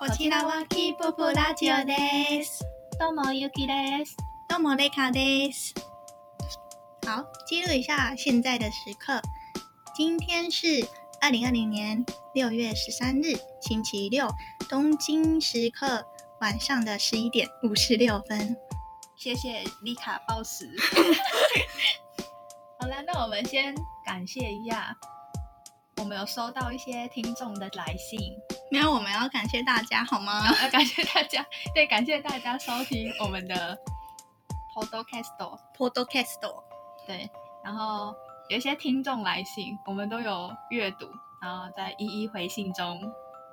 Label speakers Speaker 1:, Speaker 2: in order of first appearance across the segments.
Speaker 1: こちらはキーポップラジオです。
Speaker 2: どうもゆきです。
Speaker 1: どうもレ卡です。好，记录一下现在的时刻。今天是二零二零年六月十三日，星期六，东京时刻晚上的十一点五十六分。
Speaker 2: 谢谢丽卡报 时。好了，那我们先感谢一下，我们有收到一些听众的来信，
Speaker 1: 没有，我们要感谢大 家好吗？
Speaker 2: 要感谢大家，对，感谢大家收听我们的 Podcast。哦
Speaker 1: Podcast 哦
Speaker 2: 对，然后有一些听众来信，我们都有阅读，然后在一一回信中。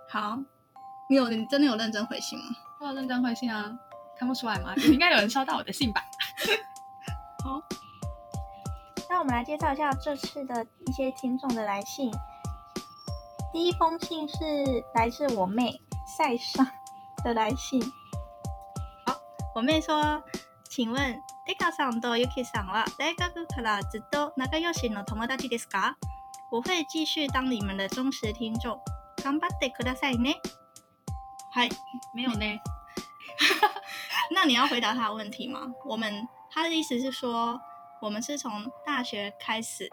Speaker 1: 好，你有你真的有认真回信吗？
Speaker 2: 我有认真回信啊，看不出来吗？应该有人收到我的信吧？
Speaker 3: 那我们来介绍一下这次的一些听众的来信。第一封信是来自我妹塞尚的来信，
Speaker 1: 我妹说：“请问，デカさんとユキさんは大学からずっと仲良しの友達ですか？我会继续当你们的忠实听众，頑張ってくださいね。”嗨，
Speaker 2: 没有呢。
Speaker 1: 那你要回答他的问题吗？我们他的意思是说，我们是从大学开始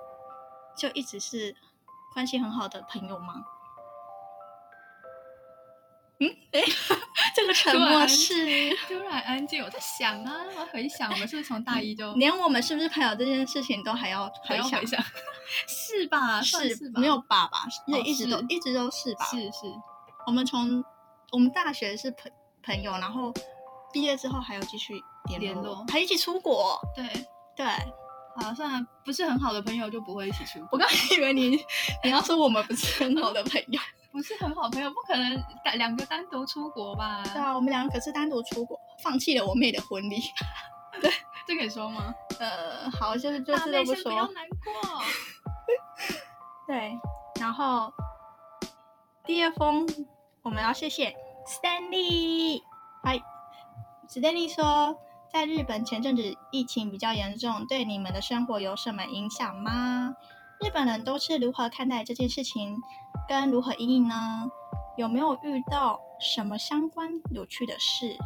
Speaker 1: 就一直是关系很好的朋友吗？嗯，哎， 这个沉
Speaker 2: 突
Speaker 1: 默
Speaker 2: 然
Speaker 1: 是。
Speaker 2: 突然安静，我在想啊，我回想，我们是不是从大一就
Speaker 1: 连我们是不是朋友这件事情都还要
Speaker 2: 还
Speaker 1: 回
Speaker 2: 要
Speaker 1: 想
Speaker 2: 回，想， 是吧？算
Speaker 1: 是
Speaker 2: 是吧？哦
Speaker 1: 没有爸爸，也一直都
Speaker 2: 是
Speaker 1: 一直都是吧？
Speaker 2: 是是，
Speaker 1: 我们从我们大学是朋朋友，然后毕业之后还有继续联
Speaker 2: 联络
Speaker 1: 还一起出国。
Speaker 2: 对。
Speaker 1: 对，
Speaker 2: 啊，算了，不是很好的朋友就不会一起出国。
Speaker 1: 我刚 才以为你你要说我们不是很好的朋友，
Speaker 2: 不是很好的朋友，不可能单两个单独出国吧？
Speaker 1: 对啊，我们两个可是单独出国，放弃了我妹的婚礼。
Speaker 2: 这可以说吗？
Speaker 1: 呃，好，就是就
Speaker 2: 大
Speaker 1: 是
Speaker 2: 妹
Speaker 1: 都
Speaker 2: 先不要
Speaker 1: 说。
Speaker 2: 难过。
Speaker 1: 对，然后第二封我们要谢谢 Stanley。嗨，Stanley 说，在日本前阵子疫情比较严重，对你们的生活有什么影响吗？日本人都是如何看待这件事情，跟如何应应呢？有没有遇到什么相关有趣的事？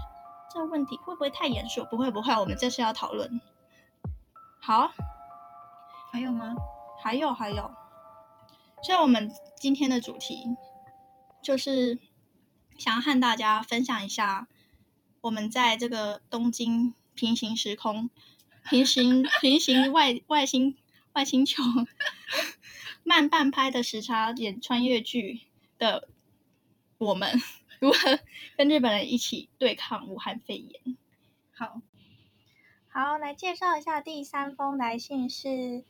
Speaker 1: 这问题会不会太严肃？不会不会，我们这是要讨论。好，
Speaker 2: 还有吗？
Speaker 1: 还有还有，所以我们今天的主题就是想要和大家分享一下我们在这个东京平行时空、平行平行外外星外星球 慢半拍的时差演穿越剧的我们如何跟日本人一起对抗武汉肺炎。
Speaker 2: 好，
Speaker 3: 好，来介绍一下第三封来信是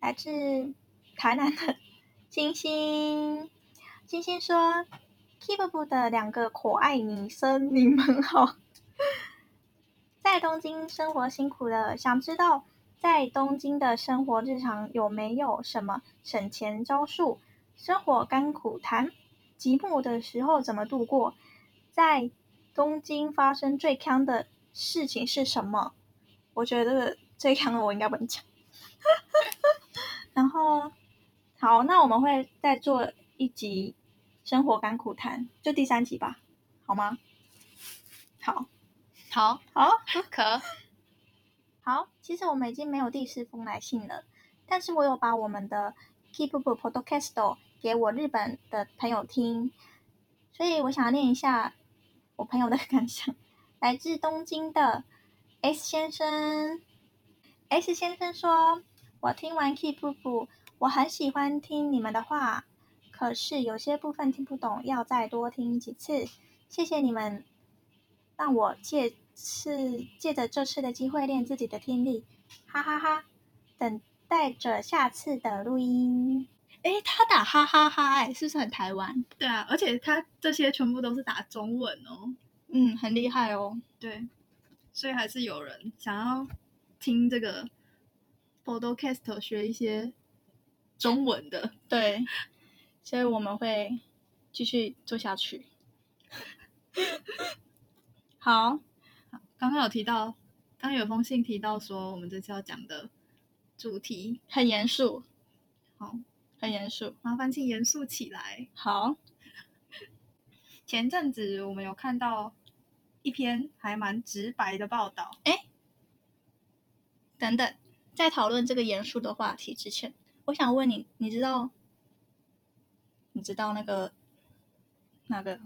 Speaker 3: 来自台南的 金星。金星说：“Keep up 的两个可爱女生，你们好，在东京生活辛苦了，想知道在东京的生活日常有没有什么省钱招数？生活甘苦谈，寂寞的时候怎么度过？在东京发生最坑的事情是什么？我觉得这个最坑的我应该不能讲。然后，好，那我们会再做一集生活甘苦谈，就第三集吧，好吗？好，
Speaker 2: 好，
Speaker 3: 好。
Speaker 2: 可
Speaker 3: 好，其实我们已经没有第四封来信了，但是我有把我们的 Keep Up Podcast 给我日本的朋友听，所以我想念一下我朋友的 感想。来自东京的 S 先生，S 先生说：“我听完 Keep Up，我很喜欢听你们的话，可是有些部分听不懂，要再多听几次。谢谢你们让我借次借着这次的机会练自己的听力，哈哈哈等待着下次的录音。
Speaker 1: 诶，他打哈哈哈、诶是不是很台湾？
Speaker 2: 对啊，而且他这些全部都是打中文哦。
Speaker 1: 嗯，很厉害哦。
Speaker 2: 对，所以还是有人想要听这个 podcast 学一些中文的。
Speaker 1: 对，所以我们会继续做下去。 好，
Speaker 2: 刚刚有提到，刚刚有封信提到说我们这次要讲的主题，
Speaker 1: 很严肃，
Speaker 2: 好，
Speaker 1: 很严肃。
Speaker 2: 麻烦请严肃起来。
Speaker 1: 好，
Speaker 2: 前阵子我们有看到一篇还蛮直白的报道，
Speaker 1: 等等，在讨论这个严肃的话题之前，我想问你，你知道，你知道那个那 个，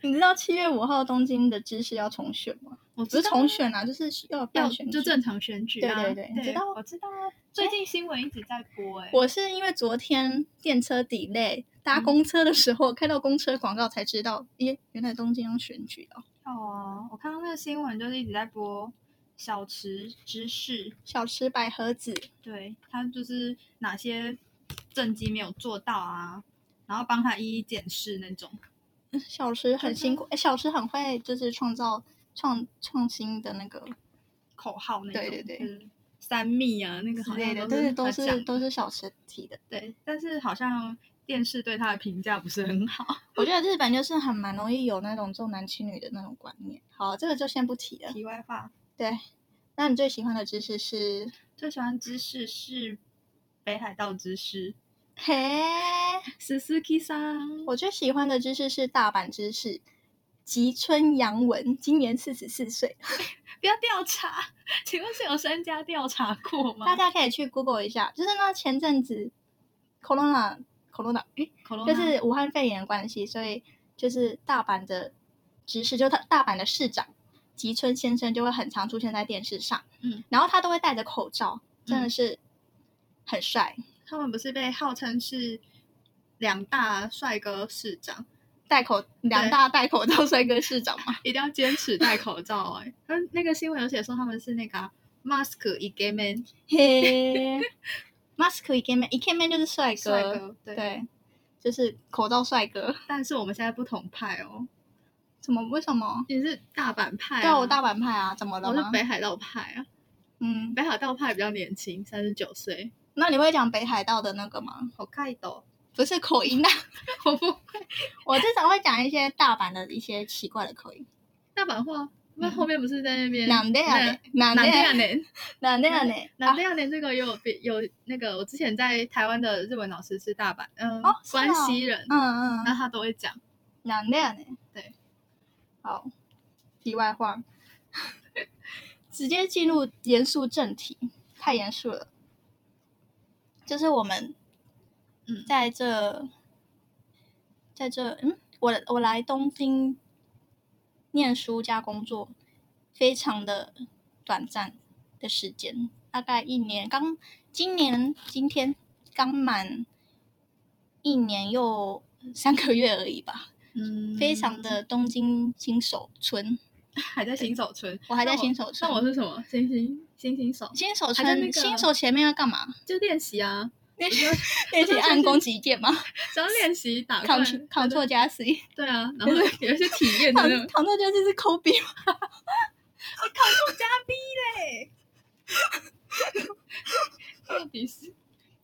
Speaker 1: 你知道七月五号东京的知识要重选吗？
Speaker 2: 我
Speaker 1: 不
Speaker 2: 知
Speaker 1: 是
Speaker 2: 道
Speaker 1: 重选啊，就是要
Speaker 2: 要
Speaker 1: 办选举
Speaker 2: 就正常选举啊，
Speaker 1: 对对对你知道
Speaker 2: 我知道啊，最近新闻一直在播哎、
Speaker 1: 我是因为昨天电车 delay 搭
Speaker 2: 嗯
Speaker 1: 公车的时候，看到公车广告才知道，耶，原来东京要选举了。
Speaker 2: 好啊，我看到那个新闻就是一直在播小池知识，
Speaker 1: 小池百合子，
Speaker 2: 对他就是哪些政绩没有做到啊，然后帮他一一检视那种。
Speaker 1: 小池很辛苦，哎，小池很会就是创造创创新的那个
Speaker 2: 口号那种，
Speaker 1: 对对对
Speaker 2: 就是三密啊那个
Speaker 1: 之
Speaker 2: 好
Speaker 1: 类
Speaker 2: 像
Speaker 1: 的，
Speaker 2: 都
Speaker 1: 都
Speaker 2: 他讲
Speaker 1: 是都是小池提的。
Speaker 2: 对，但是好像电视对他的评价不是很好。
Speaker 1: 我觉得日本就是很蛮容易有那种重男轻女的那种观念。好，这个就先不提了。
Speaker 2: 题外话，
Speaker 1: 对，那你最喜欢的知识是？
Speaker 2: 最喜欢芝士是北海道芝士，
Speaker 1: 嘿，
Speaker 2: s u k i 桑。
Speaker 1: 我最喜欢的知识是大阪知识。吉村洋文今年四十四岁，
Speaker 2: 不要调查，请问是有身家调查过吗？
Speaker 1: 大家可以去 Google 一下。就是呢，前阵子 corona corona 诶就
Speaker 2: Corona
Speaker 1: 是武汉肺炎的关系，所以就是大阪的知事，就是他大阪的市长吉村先生就会很常出现在电视上，
Speaker 2: 嗯，
Speaker 1: 然后他都会戴着口罩，真的
Speaker 2: 嗯
Speaker 1: 是很帅，
Speaker 2: 他们不是被号称是两大帅哥市长，
Speaker 1: 戴口两
Speaker 2: 对
Speaker 1: 大戴口罩帅哥市长 嘛，
Speaker 2: 一定要坚持戴口罩哎、 他们那个新闻有写说他们是那个啊、mask 一 gay man
Speaker 1: 嘿，mask イケメン，イケメン就是帅哥，
Speaker 2: 帅哥，对。
Speaker 1: 对，就是口罩帅哥，
Speaker 2: 但是我们现在不同派哦，
Speaker 1: 怎么为什么？
Speaker 2: 你是大阪派、啊，
Speaker 1: 对啊，我大阪派啊，怎么了
Speaker 2: 我
Speaker 1: 吗
Speaker 2: 是？北海道派啊，
Speaker 1: 嗯，
Speaker 2: 北海道派比较年轻，三十九岁，
Speaker 1: 那你会讲北海道的那个吗？
Speaker 2: 好盖斗，
Speaker 1: 不是口音啊，
Speaker 2: 我不
Speaker 1: 我至少会讲一些大阪的一些奇怪的口音。
Speaker 2: 大阪话，那
Speaker 1: 嗯啊
Speaker 2: 后面不是在那边
Speaker 1: なんでやねん，なん
Speaker 2: 南
Speaker 1: で
Speaker 2: 地亚
Speaker 1: やねん，
Speaker 2: 年，
Speaker 1: なんでやねん。
Speaker 2: 南
Speaker 1: 啊
Speaker 2: 地亚年这个有比有那个，我之前在台湾的日文老师是大阪，嗯，
Speaker 1: 哦是哦
Speaker 2: 关西人，
Speaker 1: 嗯
Speaker 2: 那
Speaker 1: 嗯，
Speaker 2: 他都会讲。
Speaker 1: なんでやねん。
Speaker 2: 对，
Speaker 1: 好，题外话，直接进入严肃正题，太严肃了。就是我们
Speaker 2: 嗯
Speaker 1: 在这，在这，嗯，我我来东京念书加工作，非常的短暂的时间，大概一年，刚今年今天刚满一年又三个月而已吧，
Speaker 2: 嗯
Speaker 1: 非常的东京新手村，
Speaker 2: 还在新手村，
Speaker 1: 我还在
Speaker 2: 那
Speaker 1: 新手村
Speaker 2: 那我是什么？新新新新手，
Speaker 1: 新手
Speaker 2: 还
Speaker 1: 村、
Speaker 2: 在那个
Speaker 1: 新手前面要 干嘛？
Speaker 2: 就练习啊，
Speaker 1: 练习
Speaker 2: 我就
Speaker 1: 练习
Speaker 2: 我就
Speaker 1: 按攻击键吗
Speaker 2: 只要练习打怪
Speaker 1: ？Ctrl Ctrl 加 C，
Speaker 2: 对啊，然后有一些体验的那
Speaker 1: ，Ctrl
Speaker 2: 种
Speaker 1: Ctrl 加 C 是抠鼻吗？
Speaker 2: 加 B 嘞，这个比试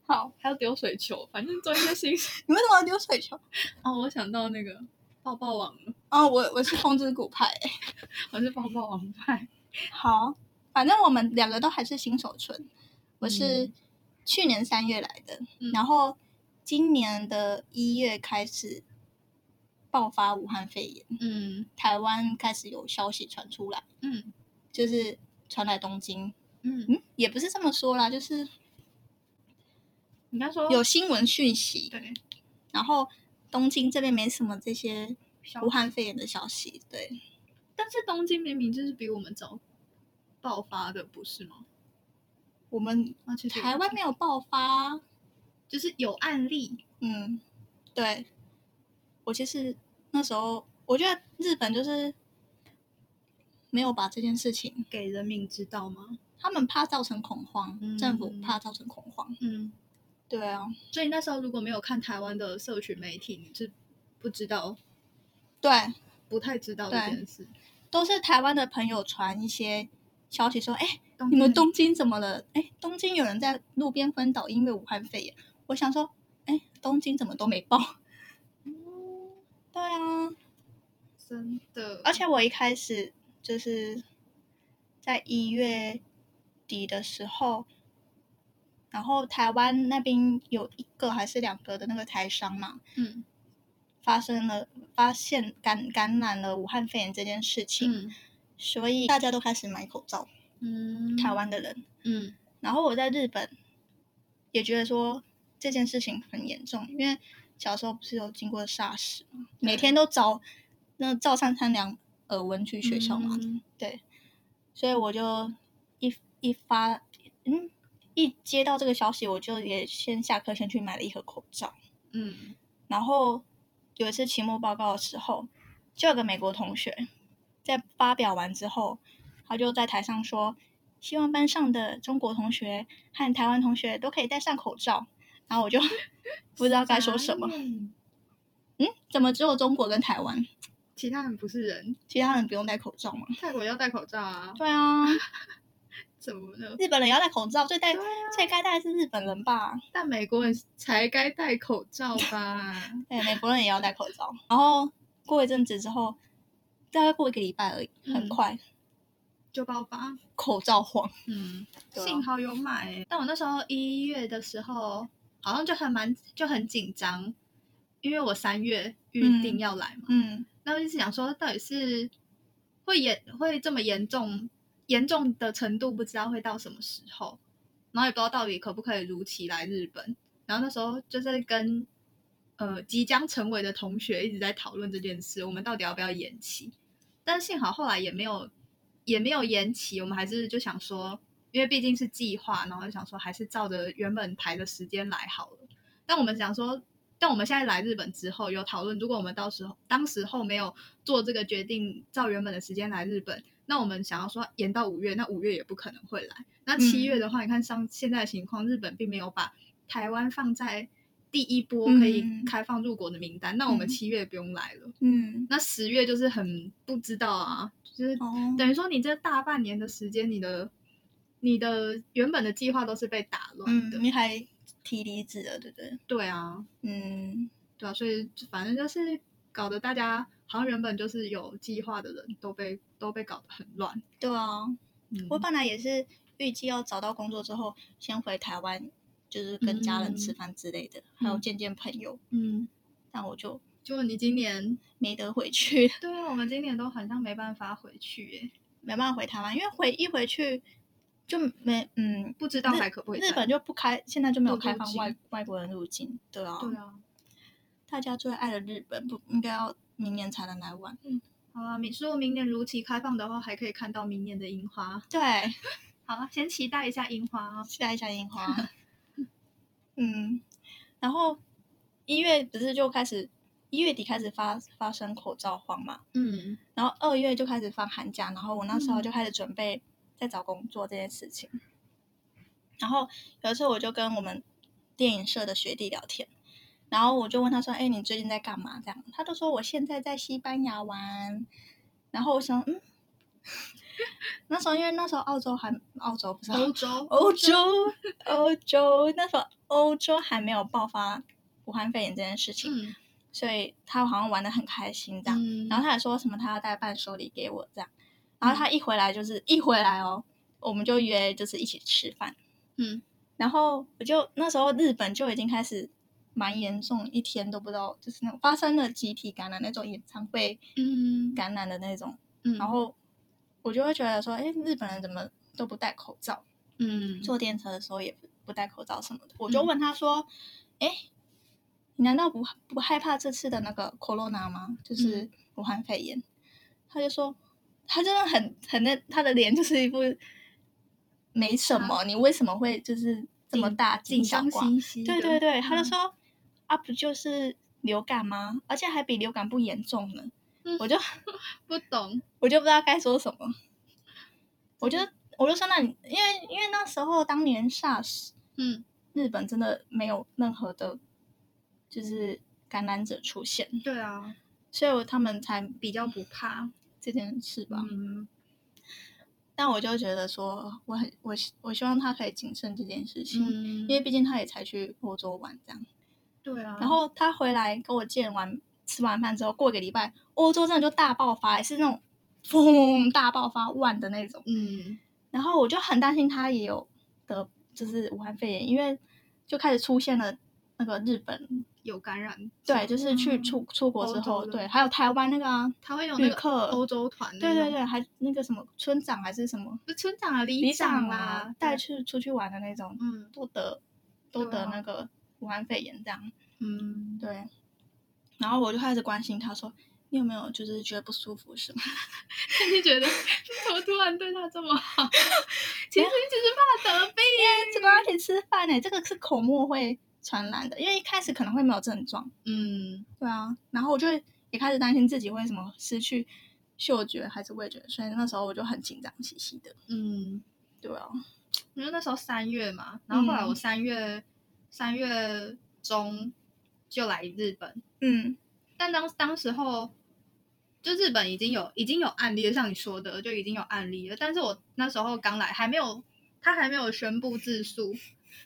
Speaker 1: 好，
Speaker 2: 还要丢水球，反正做一些新事。
Speaker 1: 你为什么要丢水球？
Speaker 2: 哦，我想到那个抱抱网了，
Speaker 1: 哦，我我是风之谷派、欸。
Speaker 2: 我是抱抱网派，
Speaker 1: 好，反正我们两个都还是新手村，我是
Speaker 2: 嗯
Speaker 1: 去年三月来的，
Speaker 2: 嗯
Speaker 1: 然后今年的一月开始爆发武汉肺炎，
Speaker 2: 嗯
Speaker 1: 台湾开始有消息传出来，
Speaker 2: 嗯
Speaker 1: 就是传来东京，
Speaker 2: 嗯，
Speaker 1: 嗯，也不是这么说啦，就是
Speaker 2: 你刚说
Speaker 1: 有新闻讯息，
Speaker 2: 对
Speaker 1: 然后东京这边没什么这些
Speaker 2: 消
Speaker 1: 武汉肺炎的消息，对，
Speaker 2: 但是东京明明就是比我们早爆发的，不是吗？
Speaker 1: 我们
Speaker 2: 而且
Speaker 1: 台湾没有爆发，
Speaker 2: 就是有案例，
Speaker 1: 嗯，对，我其实那时候我觉得日本就是没有把这件事情，
Speaker 2: 给人民知道吗？
Speaker 1: 他们怕造成恐慌，政府
Speaker 2: 嗯
Speaker 1: 怕造成恐慌，
Speaker 2: 嗯，
Speaker 1: 对啊，
Speaker 2: 所以那时候如果没有看台湾的社群媒体，你是不知道，
Speaker 1: 对，
Speaker 2: 不太知道这
Speaker 1: 对
Speaker 2: 件事。
Speaker 1: 都是台湾的朋友传一些消息说，哎、
Speaker 2: 东
Speaker 1: 你
Speaker 2: 京
Speaker 1: 们
Speaker 2: 的
Speaker 1: 东京怎么了？哎，东京有人在路边昏倒，因为武汉肺炎。我想说，哎，东京怎么都没报？对啊，
Speaker 2: 真的，
Speaker 1: 而且我一开始就是在一月底的时候，然后台湾那边有一个还是两个的那个台商嘛，
Speaker 2: 嗯
Speaker 1: 发生了发现感感染了武汉肺炎这件事情，
Speaker 2: 嗯
Speaker 1: 所以大家都开始买口罩，
Speaker 2: 嗯，
Speaker 1: 台湾的人。
Speaker 2: 嗯
Speaker 1: 然后我在日本也觉得说这件事情很严重，因为小时候不是有经过 SARS，吗每天都找那照三餐量耳闻去学校嘛，
Speaker 2: 嗯
Speaker 1: 对， 所以我就一一发嗯一接到这个消息，我就也先下课先去买了一盒口罩。
Speaker 2: 嗯
Speaker 1: 然后有一次期末报告的时候，就有个美国同学在发表完之后，他就在台上说，希望班上的中国同学和台湾同学都可以戴上口罩。然后我就 不知道该说什么，
Speaker 2: 傻眼
Speaker 1: 嗯，怎么只有中国跟台湾，
Speaker 2: 其他人不是人，
Speaker 1: 其他人不用戴口罩吗？
Speaker 2: 泰国要戴口罩啊？
Speaker 1: 对啊，
Speaker 2: 怎么了？
Speaker 1: 日本人也要戴口罩，最戴、
Speaker 2: 对啊
Speaker 1: 最该戴的是日本人吧？
Speaker 2: 但美国人才该戴口罩吧？
Speaker 1: 对，美国人也要戴口罩。然后过一阵子之后，大概过一个礼拜而已，很
Speaker 2: 嗯
Speaker 1: 快、
Speaker 2: 就爆发。
Speaker 1: 口罩荒。
Speaker 2: 嗯，
Speaker 1: 对啊
Speaker 2: 幸好有买、欸。但我那时候一月的时候，好像就很蛮就很紧张，因为我三月预定要来嘛，
Speaker 1: 嗯
Speaker 2: 那我一直想说，到底是会严会这么严重，严重的程度不知道会到什么时候，然后也不知道到底可不可以如期来日本。然后那时候就是跟呃即将成为的同学一直在讨论这件事，我们到底要不要延期？但幸好后来也没有也没有延期，我们还是就想说，因为毕竟是计划，然后就想说还是照着原本排的时间来好了。但我们想说，但我们现在来日本之后有讨论，如果我们到时候当时候没有做这个决定，照原本的时间来日本，那我们想要说延到五月，那五月也不可能会来。那七月的话，你看上现在的情况，日本并没有把台湾放在第一波可以
Speaker 1: 嗯
Speaker 2: 开放入国的名单，那我们
Speaker 1: 嗯
Speaker 2: 七月不用来了。
Speaker 1: 嗯，
Speaker 2: 那十月就是很不知道啊，就是
Speaker 1: 哦，
Speaker 2: 等于说你这大半年的时间，你的你的原本的计划都是被打乱的。
Speaker 1: 嗯，你还提离职了，对不对？
Speaker 2: 对啊，
Speaker 1: 嗯，
Speaker 2: 对啊，所以反正就是搞得大家好像原本就是有计划的人都被都被搞得很乱。
Speaker 1: 对啊，
Speaker 2: 嗯，
Speaker 1: 我本来也是预计要找到工作之后，先回台湾，就是跟家人吃
Speaker 2: 嗯
Speaker 1: 饭之类的，还有
Speaker 2: 嗯
Speaker 1: 见见朋友，
Speaker 2: 嗯，
Speaker 1: 但我就
Speaker 2: 就你今年，
Speaker 1: 没得回去，
Speaker 2: 对啊，我们今年都好像没办法回去耶，
Speaker 1: 没办法回台湾，因为回一回去就没嗯。
Speaker 2: 不知道
Speaker 1: 日
Speaker 2: 还可不可以
Speaker 1: 日
Speaker 2: 再
Speaker 1: 本就不开，现在就没有
Speaker 2: 不
Speaker 1: 开
Speaker 2: 入
Speaker 1: 放
Speaker 2: 境
Speaker 1: 外外国人入境，对啊，
Speaker 2: 对啊。
Speaker 1: 大家最爱的日本不应该要明年才能来玩，
Speaker 2: 好啊，明如果明年如期开放的话，还可以看到明年的樱花。
Speaker 1: 对，
Speaker 2: 好啊，先期待一下樱花啊。
Speaker 1: 期待一下樱花。嗯，然后一月不是就开始一月底开始发发生口罩荒嘛，
Speaker 2: 嗯，
Speaker 1: 然后二月就开始放寒假，然后我那时候
Speaker 2: 嗯
Speaker 1: 就开始准备在找工作这件事情。然后有一次我就跟我们电影社的学弟聊天，然后我就问他说：“哎，你最近在干嘛？”这样，他就说：“我现在在西班牙玩。”然后我想，嗯， 那时候因为那时候澳洲还澳洲不是
Speaker 2: 欧洲，
Speaker 1: 欧洲， 欧洲那时候欧洲还没有爆发武汉肺炎这件事情，
Speaker 2: 嗯，
Speaker 1: 所以他好像玩的很开心这样。
Speaker 2: 嗯
Speaker 1: 然后他还说什么他要带伴手礼给我这样。然后他一回来就是 一回来哦，我们就约就是一起吃饭。
Speaker 2: 嗯，
Speaker 1: 然后我就那时候日本就已经开始蛮严重，一天都不知道就是那种发生了集体感染那种演唱会
Speaker 2: 嗯，
Speaker 1: 感染的那种。
Speaker 2: 嗯，
Speaker 1: 然后我就会觉得说，哎，日本人怎么都不戴口罩？
Speaker 2: 嗯，
Speaker 1: 坐电车的时候也不不戴口罩什么的。我就问他说：“哎、你难道不不害怕这次的那个 corona 吗？
Speaker 2: 嗯
Speaker 1: 就是武汉肺炎？”他就说：“他真的很很那他的脸就是一副没什么，你为什么会就是这么大惊
Speaker 2: 紧
Speaker 1: 小
Speaker 2: 张
Speaker 1: 怪？
Speaker 2: 兮兮的，
Speaker 1: 对对对，他就
Speaker 2: 嗯，
Speaker 1: 说：“啊，不就是流感吗？而且还比流感不严重呢。
Speaker 2: 嗯
Speaker 1: 我就
Speaker 2: 不懂，
Speaker 1: 我就不知道该说什么。我
Speaker 2: 嗯
Speaker 1: 就我就说那你，因为因为那时候当年 SARS，
Speaker 2: 嗯，
Speaker 1: 日本真的没有任何的，就是感染者出现，
Speaker 2: 对啊，
Speaker 1: 所以他们才比
Speaker 2: 比较不怕，
Speaker 1: 这件事吧。
Speaker 2: 嗯
Speaker 1: 但我就觉得说，我很我希我希望他可以谨慎这件事情，
Speaker 2: 嗯，
Speaker 1: 因为毕竟他也才去欧洲玩这样。
Speaker 2: 对啊，
Speaker 1: 然后他回来跟我见完吃完饭之后，过一个礼拜，欧洲真的就大爆发，是那种 砰大爆发万的那种。
Speaker 2: 嗯，
Speaker 1: 然后我就很担心他也有得就是武汉肺炎，因为就开始出现了那个日本，
Speaker 2: 有感染，
Speaker 1: 对，就是去
Speaker 2: 嗯
Speaker 1: 出出国
Speaker 2: 欧
Speaker 1: 之
Speaker 2: 洲
Speaker 1: 后，
Speaker 2: 的
Speaker 1: 对，还有台湾那个啊
Speaker 2: 他会有
Speaker 1: 旅
Speaker 2: 那个
Speaker 1: 客
Speaker 2: 欧洲团那
Speaker 1: 对
Speaker 2: 种，
Speaker 1: 对对，还那个什么村长还是什么
Speaker 2: 不是村长啊，
Speaker 1: 里
Speaker 2: 里
Speaker 1: 长
Speaker 2: 啦
Speaker 1: 啊，，带
Speaker 2: 对
Speaker 1: 去出去玩的那种，
Speaker 2: 嗯
Speaker 1: 都得都
Speaker 2: 对
Speaker 1: 得
Speaker 2: 啊
Speaker 1: 那个武汉肺炎这样，
Speaker 2: 嗯，
Speaker 1: 对。然后我就开始关心他说，你有没有就是觉得不舒服什么？
Speaker 2: 你觉得怎么突然对他这么好？其实你只是怕得病，
Speaker 1: 哎这个要一起吃饭呢、欸这个是口沫会传染的，因为一开始可能会没有症状，
Speaker 2: 嗯，
Speaker 1: 对啊。然后我就也开始担心自己会什么失去嗅觉还是味觉，所以那时候我就很紧张兮兮的，
Speaker 2: 嗯，
Speaker 1: 对啊，
Speaker 2: 因为那时候三月嘛，然后后来我
Speaker 1: 嗯
Speaker 2: 三月三、月中就来日本，
Speaker 1: 嗯
Speaker 2: 但当当时候就日本已经有已经有案例了，像你说的就已经有案例了，但是我那时候刚来还没有，他还没有宣布自述，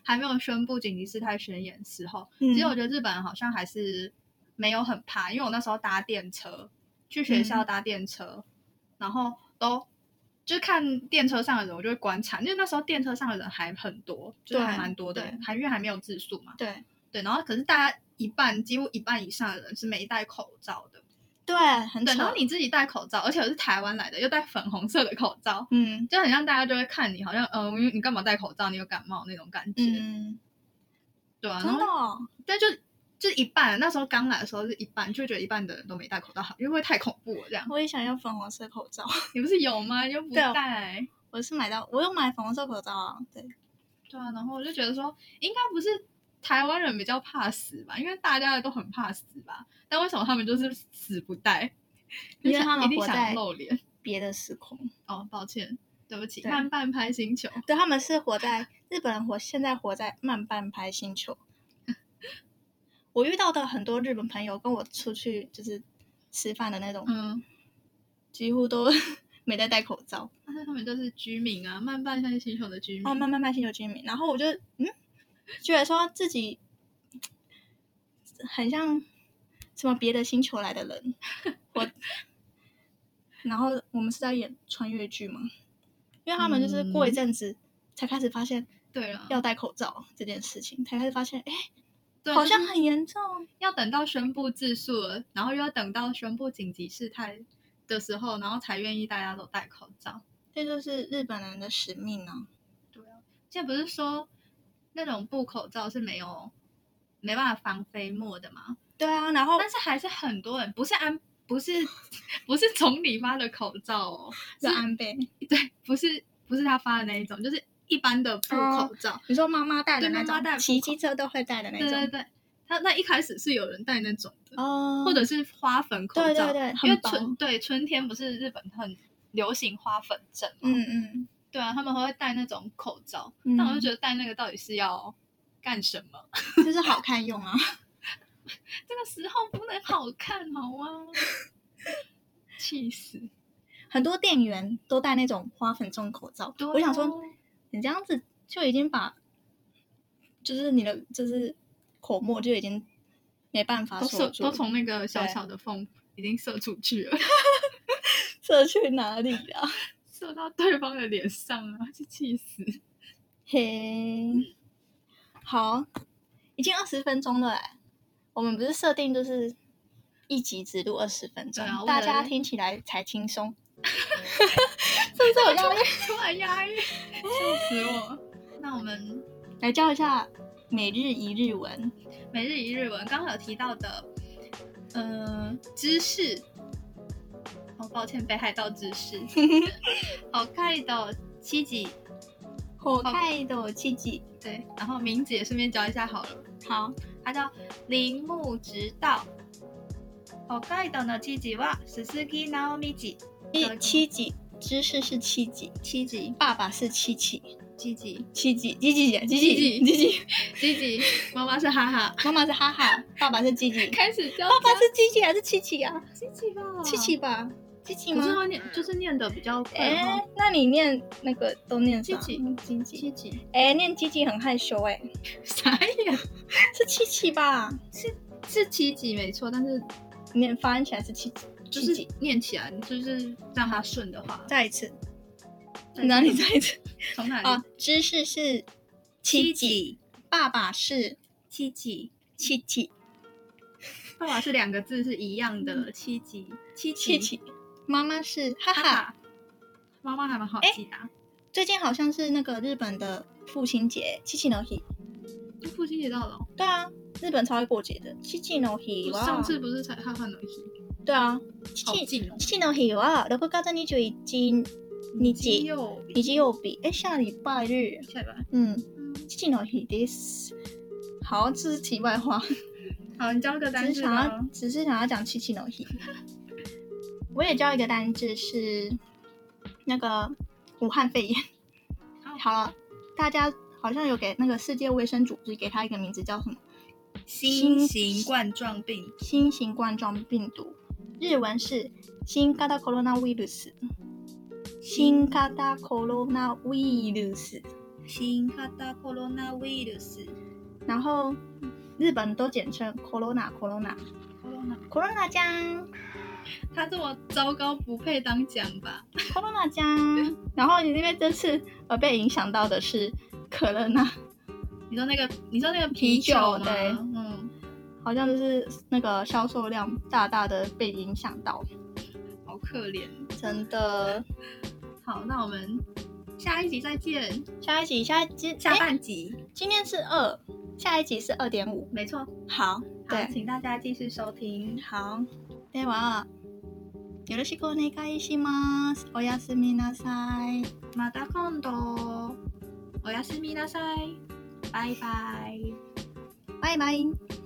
Speaker 2: 还没有宣布紧急事态宣言时候，
Speaker 1: 嗯
Speaker 2: 其实我觉得日本人好像还是没有很怕，因为我那时候搭电车去学校
Speaker 1: 嗯
Speaker 2: 搭电车，然后都就是看电车上的人，我就会观察，因为那时候电车上的人还很多，就是还
Speaker 1: 对
Speaker 2: 蛮多的
Speaker 1: 对
Speaker 2: 人，还因为还没有自述嘛，
Speaker 1: 对
Speaker 2: 对，然后可是大家一半几乎一半以上的人是没戴口罩的，
Speaker 1: 对，很
Speaker 2: 对，然
Speaker 1: 扯
Speaker 2: 后，你自己戴口罩，而且我是台湾来的，又戴粉红色的口罩。
Speaker 1: 嗯
Speaker 2: 就很像大家就会看你，好像嗯，因为你干嘛戴口罩？你有感冒那种感觉，
Speaker 1: 嗯，
Speaker 2: 对啊，
Speaker 1: 真
Speaker 2: 然后
Speaker 1: 的哦、
Speaker 2: 但就就一半，那时候刚来的时候是一半，就觉得一半的人都没戴口罩好，因为会太恐怖了。这样，
Speaker 1: 我也想要粉红色口罩，
Speaker 2: 你不是有吗？又不
Speaker 1: 对啊
Speaker 2: 戴，
Speaker 1: 我是买到，我有买粉红色口罩啊，对，
Speaker 2: 对啊。然后我就觉得说，应该不是台湾人比较怕死吧，因为大家都很怕死吧，但为什么他们就是死不戴？
Speaker 1: 因
Speaker 2: 就
Speaker 1: 为
Speaker 2: 想
Speaker 1: 他们
Speaker 2: 一定
Speaker 1: 活在
Speaker 2: 想露脸。
Speaker 1: 别的时空，
Speaker 2: 哦，抱歉，对不起，
Speaker 1: 对
Speaker 2: 慢半拍星球。
Speaker 1: 对，他们是活在日本人活，现在活在慢半拍星球。我遇到的很多日本朋友跟我出去就是吃饭的那种，
Speaker 2: 嗯，
Speaker 1: 几乎都 没在戴口罩，
Speaker 2: 但是他们就是居民啊，慢半拍星球的居民。
Speaker 1: 哦，慢慢慢星球居民，然后我就嗯，觉得说自己很像什么别的星球来的人，我，然后我们是在演穿越剧嘛，因为他们就是过一
Speaker 2: 嗯
Speaker 1: 阵子才开始发现
Speaker 2: 对啊了，
Speaker 1: 要戴口罩这件事情，才开始发现哎，
Speaker 2: 对啊
Speaker 1: 好
Speaker 2: 就
Speaker 1: 像
Speaker 2: 是
Speaker 1: 很严重，
Speaker 2: 要等到宣布自述了，然后又要等到宣布紧急事态的时候，然后才愿意大家都戴口罩。
Speaker 1: 这就是日本人的使命啊，
Speaker 2: 现在不是说那种布口罩是没有没办法防飞沫的吗？
Speaker 1: 对啊，然后
Speaker 2: 但是还是很多人不是安不是不是总理发的口罩哦，
Speaker 1: 是安倍，
Speaker 2: 对，不是不是他发的那一种，就是一般的布
Speaker 1: 哦
Speaker 2: 口罩。
Speaker 1: 你说妈妈戴的
Speaker 2: 对
Speaker 1: 那
Speaker 2: 妈妈戴
Speaker 1: 种，
Speaker 2: 布
Speaker 1: 骑
Speaker 2: 口
Speaker 1: 机车都会戴的那
Speaker 2: 对对
Speaker 1: 种，
Speaker 2: 对，他那一开始是有人戴那种的，
Speaker 1: 哦，
Speaker 2: 或者是花粉口
Speaker 1: 对对
Speaker 2: 罩，
Speaker 1: 对
Speaker 2: 因为
Speaker 1: 很薄
Speaker 2: 春对春天不是日本很流行花粉症嘛，
Speaker 1: 嗯嗯，
Speaker 2: 对啊，他们会戴那种口罩，但我就
Speaker 1: 嗯
Speaker 2: 觉得戴那个到底是要干什么？
Speaker 1: 就是好看用啊。
Speaker 2: 这个时候不能好看好吗？ 气死！
Speaker 1: 很多店员都戴那种花粉状口罩。
Speaker 2: 对啊
Speaker 1: 我想说，你这样子就已经把，就是你的就是口沫就已经没办法
Speaker 2: 都
Speaker 1: 锁
Speaker 2: 射
Speaker 1: 住，
Speaker 2: 都从那个小
Speaker 1: 对
Speaker 2: 小的缝已经射出去了，
Speaker 1: 射去哪里啊？
Speaker 2: 射到对方的脸上啊，就气死！
Speaker 1: 嘿，好，已经二十分钟了哎、我们不是设定就是一集只录二十分钟，
Speaker 2: 对啊我
Speaker 1: 大
Speaker 2: 觉
Speaker 1: 家
Speaker 2: 得
Speaker 1: 听起来才轻 松。是不是有压力？
Speaker 2: 突然压抑，笑死我！那我们
Speaker 1: 来教一下每日一日文。
Speaker 2: 每日一日文刚刚有提到的，呃，知识。哦，抱歉，北海道知识。 好，盖的七级，
Speaker 1: 火盖的七级，
Speaker 2: 对，然后名字也顺便教一下好了，
Speaker 1: 好。
Speaker 2: 它叫铃木直道。哦北海道の知事は鈴木直道。
Speaker 1: 第七集知识是七集，
Speaker 2: 七级，
Speaker 1: 爸爸是七七
Speaker 2: 七级，
Speaker 1: 七集，啊吉吉姐，吉
Speaker 2: 吉
Speaker 1: 吉
Speaker 2: 吉
Speaker 1: 吉吉，
Speaker 2: 七级，妈妈是哈哈。
Speaker 1: 妈妈是哈哈，爸爸是吉 吉，
Speaker 2: 开始教
Speaker 1: 爸爸是吉吉还是七七啊？
Speaker 2: 七级吧，
Speaker 1: 七七吧，七七
Speaker 2: 可是
Speaker 1: 吗？
Speaker 2: 会念就是念的比较快
Speaker 1: 哎
Speaker 2: 哦。，
Speaker 1: 那你念那个都念
Speaker 2: 七
Speaker 1: 啥？
Speaker 2: 级，
Speaker 1: 吉吉，
Speaker 2: 七级，
Speaker 1: 哎，念吉吉很害羞哎，
Speaker 2: 傻眼。
Speaker 1: 是七七吧？
Speaker 2: 是七级没错，但是
Speaker 1: 念发音起来是七七，
Speaker 2: 就
Speaker 1: 七
Speaker 2: 是
Speaker 1: 七
Speaker 2: 念起来，就是让它顺的话，
Speaker 1: 再一次，
Speaker 2: 再
Speaker 1: 哪里哦
Speaker 2: 从
Speaker 1: 再一次
Speaker 2: 从哪里？
Speaker 1: 啊？知识是
Speaker 2: 七
Speaker 1: 七集，
Speaker 2: 级，
Speaker 1: 爸爸是
Speaker 2: 七级，
Speaker 1: 七级
Speaker 2: 爸爸是两个字是一样的，七级七
Speaker 1: 七
Speaker 2: 七
Speaker 1: 级，妈妈是哈
Speaker 2: 嗯哈
Speaker 1: 哈。
Speaker 2: 哈，妈妈还蛮好记的啊、
Speaker 1: 最近好像是那个日本的父亲节，七七 no hi。
Speaker 2: 父亲节到了哦、
Speaker 1: 对啊，日本超会过节的，七七 no hi 哇。哦
Speaker 2: 上次不是才哈哈暖气，
Speaker 1: 对啊，
Speaker 2: 好
Speaker 1: 七
Speaker 2: 近哦，
Speaker 1: 七 no hi 哇，六月二十一日日
Speaker 2: 肌
Speaker 1: 日
Speaker 2: 肉
Speaker 1: 日曜日，哎，下礼拜日，
Speaker 2: 下来吧。
Speaker 1: 嗯，
Speaker 2: 嗯
Speaker 1: 七七 no hi this。好，这是题外话。
Speaker 2: 好，你教个单
Speaker 1: 只
Speaker 2: 词
Speaker 1: 是
Speaker 2: 哦
Speaker 1: 想
Speaker 2: 吧
Speaker 1: 要，。只是想要讲七七 no hi。我也教一个单字是那个武汉肺炎。
Speaker 2: 哦
Speaker 1: 好了，大家好像有给那个世界卫生组织给它一个名字叫什么？
Speaker 2: 新型冠状病
Speaker 1: 新型冠状病毒，日文是新型コロナウイルス。新型コロナウイルス，
Speaker 2: 新型 coronavirus。
Speaker 1: 然后日本都简称 corona corona
Speaker 2: corona
Speaker 1: corona 酱
Speaker 2: 他这么糟糕，不配当奖吧？
Speaker 1: corona 酱，然后你因为这次而被影响到的是可乐娜，
Speaker 2: 你说那个，你说那个
Speaker 1: 啤酒
Speaker 2: 酒吗？
Speaker 1: 对
Speaker 2: 嗯，
Speaker 1: 好像就是那个销售量大大的被影响到，
Speaker 2: 好可怜。
Speaker 1: 真的。
Speaker 2: 好，那我们下一集再见，
Speaker 1: 下一集，下一集，
Speaker 2: 下
Speaker 1: 诶
Speaker 2: 半集，
Speaker 1: 今天是二，下一集是二点五。
Speaker 2: 没错。
Speaker 1: 好，
Speaker 2: 好
Speaker 1: 对，，
Speaker 2: 请大家继续收听。
Speaker 1: 好，ではよろしくお願いします。おやすみなさい。
Speaker 2: また今度，おやすみなさい，拜拜。
Speaker 1: バイバイ。